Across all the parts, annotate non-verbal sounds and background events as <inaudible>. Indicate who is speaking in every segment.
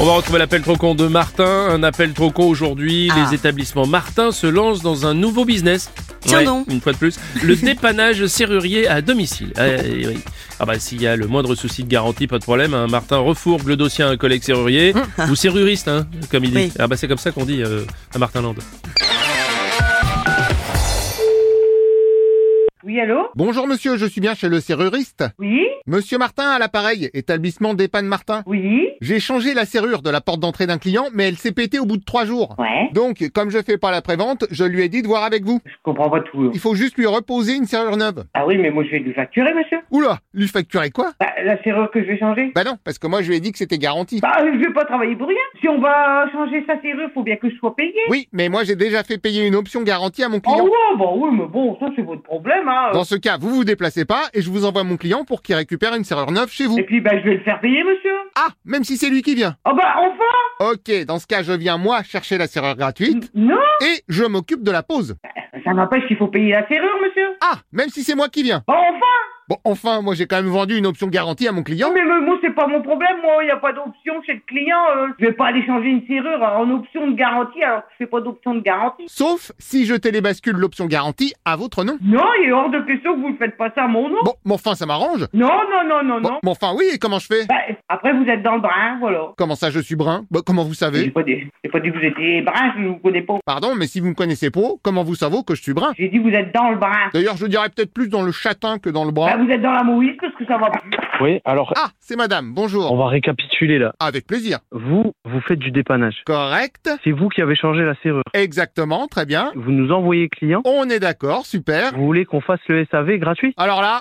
Speaker 1: On va retrouver l'appel trop con de Martin. Un appel trop con aujourd'hui.
Speaker 2: Ah.
Speaker 1: Les établissements Martin se lancent dans un nouveau business.
Speaker 2: Tiens donc.
Speaker 1: Une fois de plus.
Speaker 2: <laughs>
Speaker 1: Le dépannage serrurier à domicile. Ah, eh oui. Ah bah s'il y a le moindre souci de garantie, pas de problème. hein. Martin refourgue le dossier à un
Speaker 2: <laughs>
Speaker 1: collègue serrurier. ou serruriste, hein, comme il dit.
Speaker 2: Oui.
Speaker 1: Ah bah c'est comme ça qu'on dit euh, à Martin Land.
Speaker 3: Oui, allô
Speaker 4: Bonjour monsieur, je suis bien chez le serruriste.
Speaker 3: Oui
Speaker 4: Monsieur Martin à l'appareil, établissement d'Épanne Martin.
Speaker 3: Oui
Speaker 4: J'ai changé la serrure de la porte d'entrée d'un client, mais elle s'est pétée au bout de trois jours.
Speaker 3: Ouais,
Speaker 4: Donc, comme je fais pas la prévente, je lui ai dit de voir avec vous.
Speaker 3: je comprends pas tout.
Speaker 4: Il faut juste lui reposer une serrure neuve.
Speaker 3: Ah oui, mais moi je vais lui facturer, monsieur.
Speaker 4: Oula, lui facturer quoi
Speaker 3: Bah, la serrure que je vais changer.
Speaker 4: Bah non, parce que moi je lui ai dit que c'était garanti.
Speaker 3: Bah, je vais pas travailler pour rien. Si on va changer sa serrure, faut bien que je sois payé.
Speaker 4: Oui, mais moi j'ai déjà fait payer une option garantie à mon
Speaker 3: Oh
Speaker 4: client.
Speaker 3: ouais, bah oui, mais bon, ça c'est votre problème, hein.
Speaker 4: Dans ce cas, vous vous déplacez pas et je vous envoie mon client pour qu'il récupère une serrure neuve chez vous.
Speaker 3: Et puis, bah, je vais le faire payer, monsieur.
Speaker 4: Ah, même si c'est lui qui vient.
Speaker 3: Oh bah, enfin
Speaker 4: Ok, dans ce cas, je viens moi chercher la serrure
Speaker 3: <laughs>
Speaker 4: gratuite
Speaker 3: Non
Speaker 4: et je m'occupe de la pause.
Speaker 3: Ça n'empêche qu'il faut payer la serrure, monsieur.
Speaker 4: Ah, même si c'est moi qui viens.
Speaker 3: Oh, enfin
Speaker 4: Bon, enfin, moi j'ai quand même vendu une option garantie à mon client.
Speaker 3: Mais, mais moi, c'est pas mon problème, moi. Y a pas d'option chez le client. euh. Je vais pas aller changer une serrure en option de garantie alors que je fais pas d'option de garantie.
Speaker 4: Sauf si je télébascule l'option garantie à votre nom.
Speaker 3: Non, il est hors de question que vous ne faites pas ça à mon nom.
Speaker 4: Bon, mais enfin, ça m'arrange.
Speaker 3: Non, non, non, non,
Speaker 4: Bon,
Speaker 3: non.
Speaker 4: mais enfin, oui, et comment je fais
Speaker 3: Bah, après, vous êtes dans le brin, voilà.
Speaker 4: Comment ça, je suis brun Bah, comment vous
Speaker 3: J'ai
Speaker 4: savez
Speaker 3: pas, dit, j'ai pas dit que vous étiez brun, je vous connais pas.
Speaker 4: Pardon, mais si vous me connaissez pas, comment vous savez que je suis brun
Speaker 3: J'ai dit vous êtes dans le brin.
Speaker 4: D'ailleurs, je dirais peut-être plus dans le châtain que dans le
Speaker 3: Bah,
Speaker 4: brun.
Speaker 3: vous êtes dans la mouise parce que ça va plus.
Speaker 5: Oui, alors
Speaker 4: Ah, c'est madame,
Speaker 5: on
Speaker 4: bonjour.
Speaker 5: va récapituler là.
Speaker 4: Avec plaisir.
Speaker 5: Vous, vous faites du dépannage.
Speaker 4: Correct
Speaker 5: C'est vous qui avez changé la serrure.
Speaker 4: Exactement, très bien.
Speaker 5: Vous nous envoyez client.
Speaker 4: On est d'accord, super.
Speaker 5: Vous voulez qu'on fasse le SAV gratuit
Speaker 4: Alors là,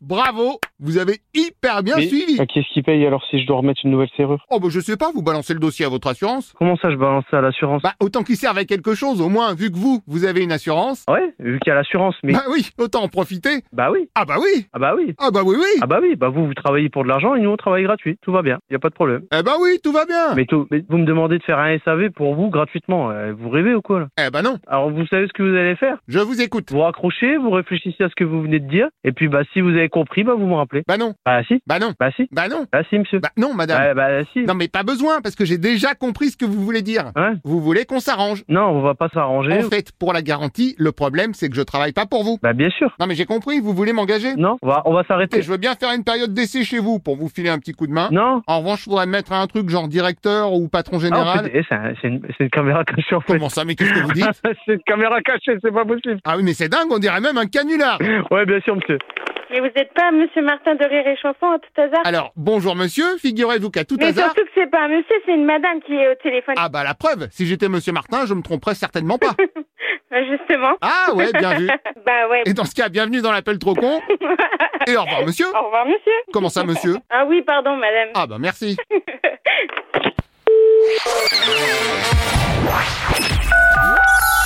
Speaker 4: bravo, vous avez hyper bien
Speaker 5: Mais-
Speaker 4: suivi.
Speaker 5: Ah, Qu'est-ce qui paye alors si je dois remettre une nouvelle serrure
Speaker 4: Oh bah je sais pas, vous balancez le dossier à votre assurance.
Speaker 5: Comment ça je balance ça à l'assurance
Speaker 4: Bah autant qu'il serve à quelque chose, au moins vu que vous, vous avez une assurance.
Speaker 5: Ah Ouais, vu qu'il y a l'assurance, mais
Speaker 4: Bah oui, autant en profiter.
Speaker 5: bah oui,
Speaker 4: Ah bah oui,
Speaker 5: ah bah oui,
Speaker 4: ah bah oui oui,
Speaker 5: ah bah oui, bah vous vous travaillez pour de l'argent et nous on travaille gratuit, tout va bien, y a pas de problème.
Speaker 4: eh bah oui, tout va bien.
Speaker 5: Ah. Mais, tout- mais vous me demandez de faire un SAV pour vous gratuitement, euh, vous rêvez ou quoi là
Speaker 4: Eh bah non,
Speaker 5: Alors vous savez ce que vous allez faire
Speaker 4: je vous écoute.
Speaker 5: Vous raccrochez, vous réfléchissez à ce que vous venez de dire, et puis bah si vous avez compris, bah vous me rappelez.
Speaker 4: Bah non,
Speaker 5: Bah si,
Speaker 4: bah non,
Speaker 5: bah si,
Speaker 4: bah non,
Speaker 5: bah si monsieur.
Speaker 4: bah non madame.
Speaker 5: Bah, bah si.
Speaker 4: Non mais pas besoin, parce que j'ai déjà compris ce que vous voulez dire.
Speaker 5: Ouais. Bah
Speaker 4: Vous voulez qu'on s'arrange.
Speaker 5: Non, on va pas s'arranger.
Speaker 4: En fait, pour la garantie, le problème c'est que je travaille pas pour vous.
Speaker 5: Bah bien sûr.
Speaker 4: Non mais j'ai compris, vous voulez m'engager
Speaker 5: Non, on va, on va
Speaker 4: Écoutez,
Speaker 5: s'arrêter.
Speaker 4: je veux bien faire une période d'essai chez vous pour vous filer un petit coup de main.
Speaker 5: Non.
Speaker 4: En revanche, je voudrais me mettre à un truc genre directeur ou patron
Speaker 5: Ah, en
Speaker 4: général.
Speaker 5: fait, eh, c'est un- c'est une, c'est une caméra cachée en fait.
Speaker 4: Comment ça, mais qu'est-ce que vous
Speaker 6: <laughs>
Speaker 4: dites
Speaker 5: <laughs> c'est une caméra cachée, c'est pas possible.
Speaker 4: Ah oui, mais c'est dingue, on dirait même un canular.
Speaker 5: Ouais, bien sûr, monsieur.
Speaker 6: Mais vous n'êtes pas Monsieur Martin de Rire et Chanson à tout hasard
Speaker 4: Alors, bonjour monsieur, figurez-vous qu'à tout
Speaker 6: Mais
Speaker 4: hasard...
Speaker 6: surtout que c'est pas un monsieur, c'est une madame qui est au téléphone.
Speaker 4: Ah bah la preuve, si j'étais monsieur Martin, je me tromperais certainement pas.
Speaker 6: Euh, Justement. <laughs>
Speaker 4: Ah ouais, bien vu.
Speaker 6: Bah ouais.
Speaker 4: Et dans ce cas, bienvenue dans l'appel trop con. Et au revoir monsieur.
Speaker 6: <laughs> Au revoir monsieur.
Speaker 4: Comment ça monsieur
Speaker 6: Ah oui, pardon madame.
Speaker 4: Ah bah merci.
Speaker 6: <laughs>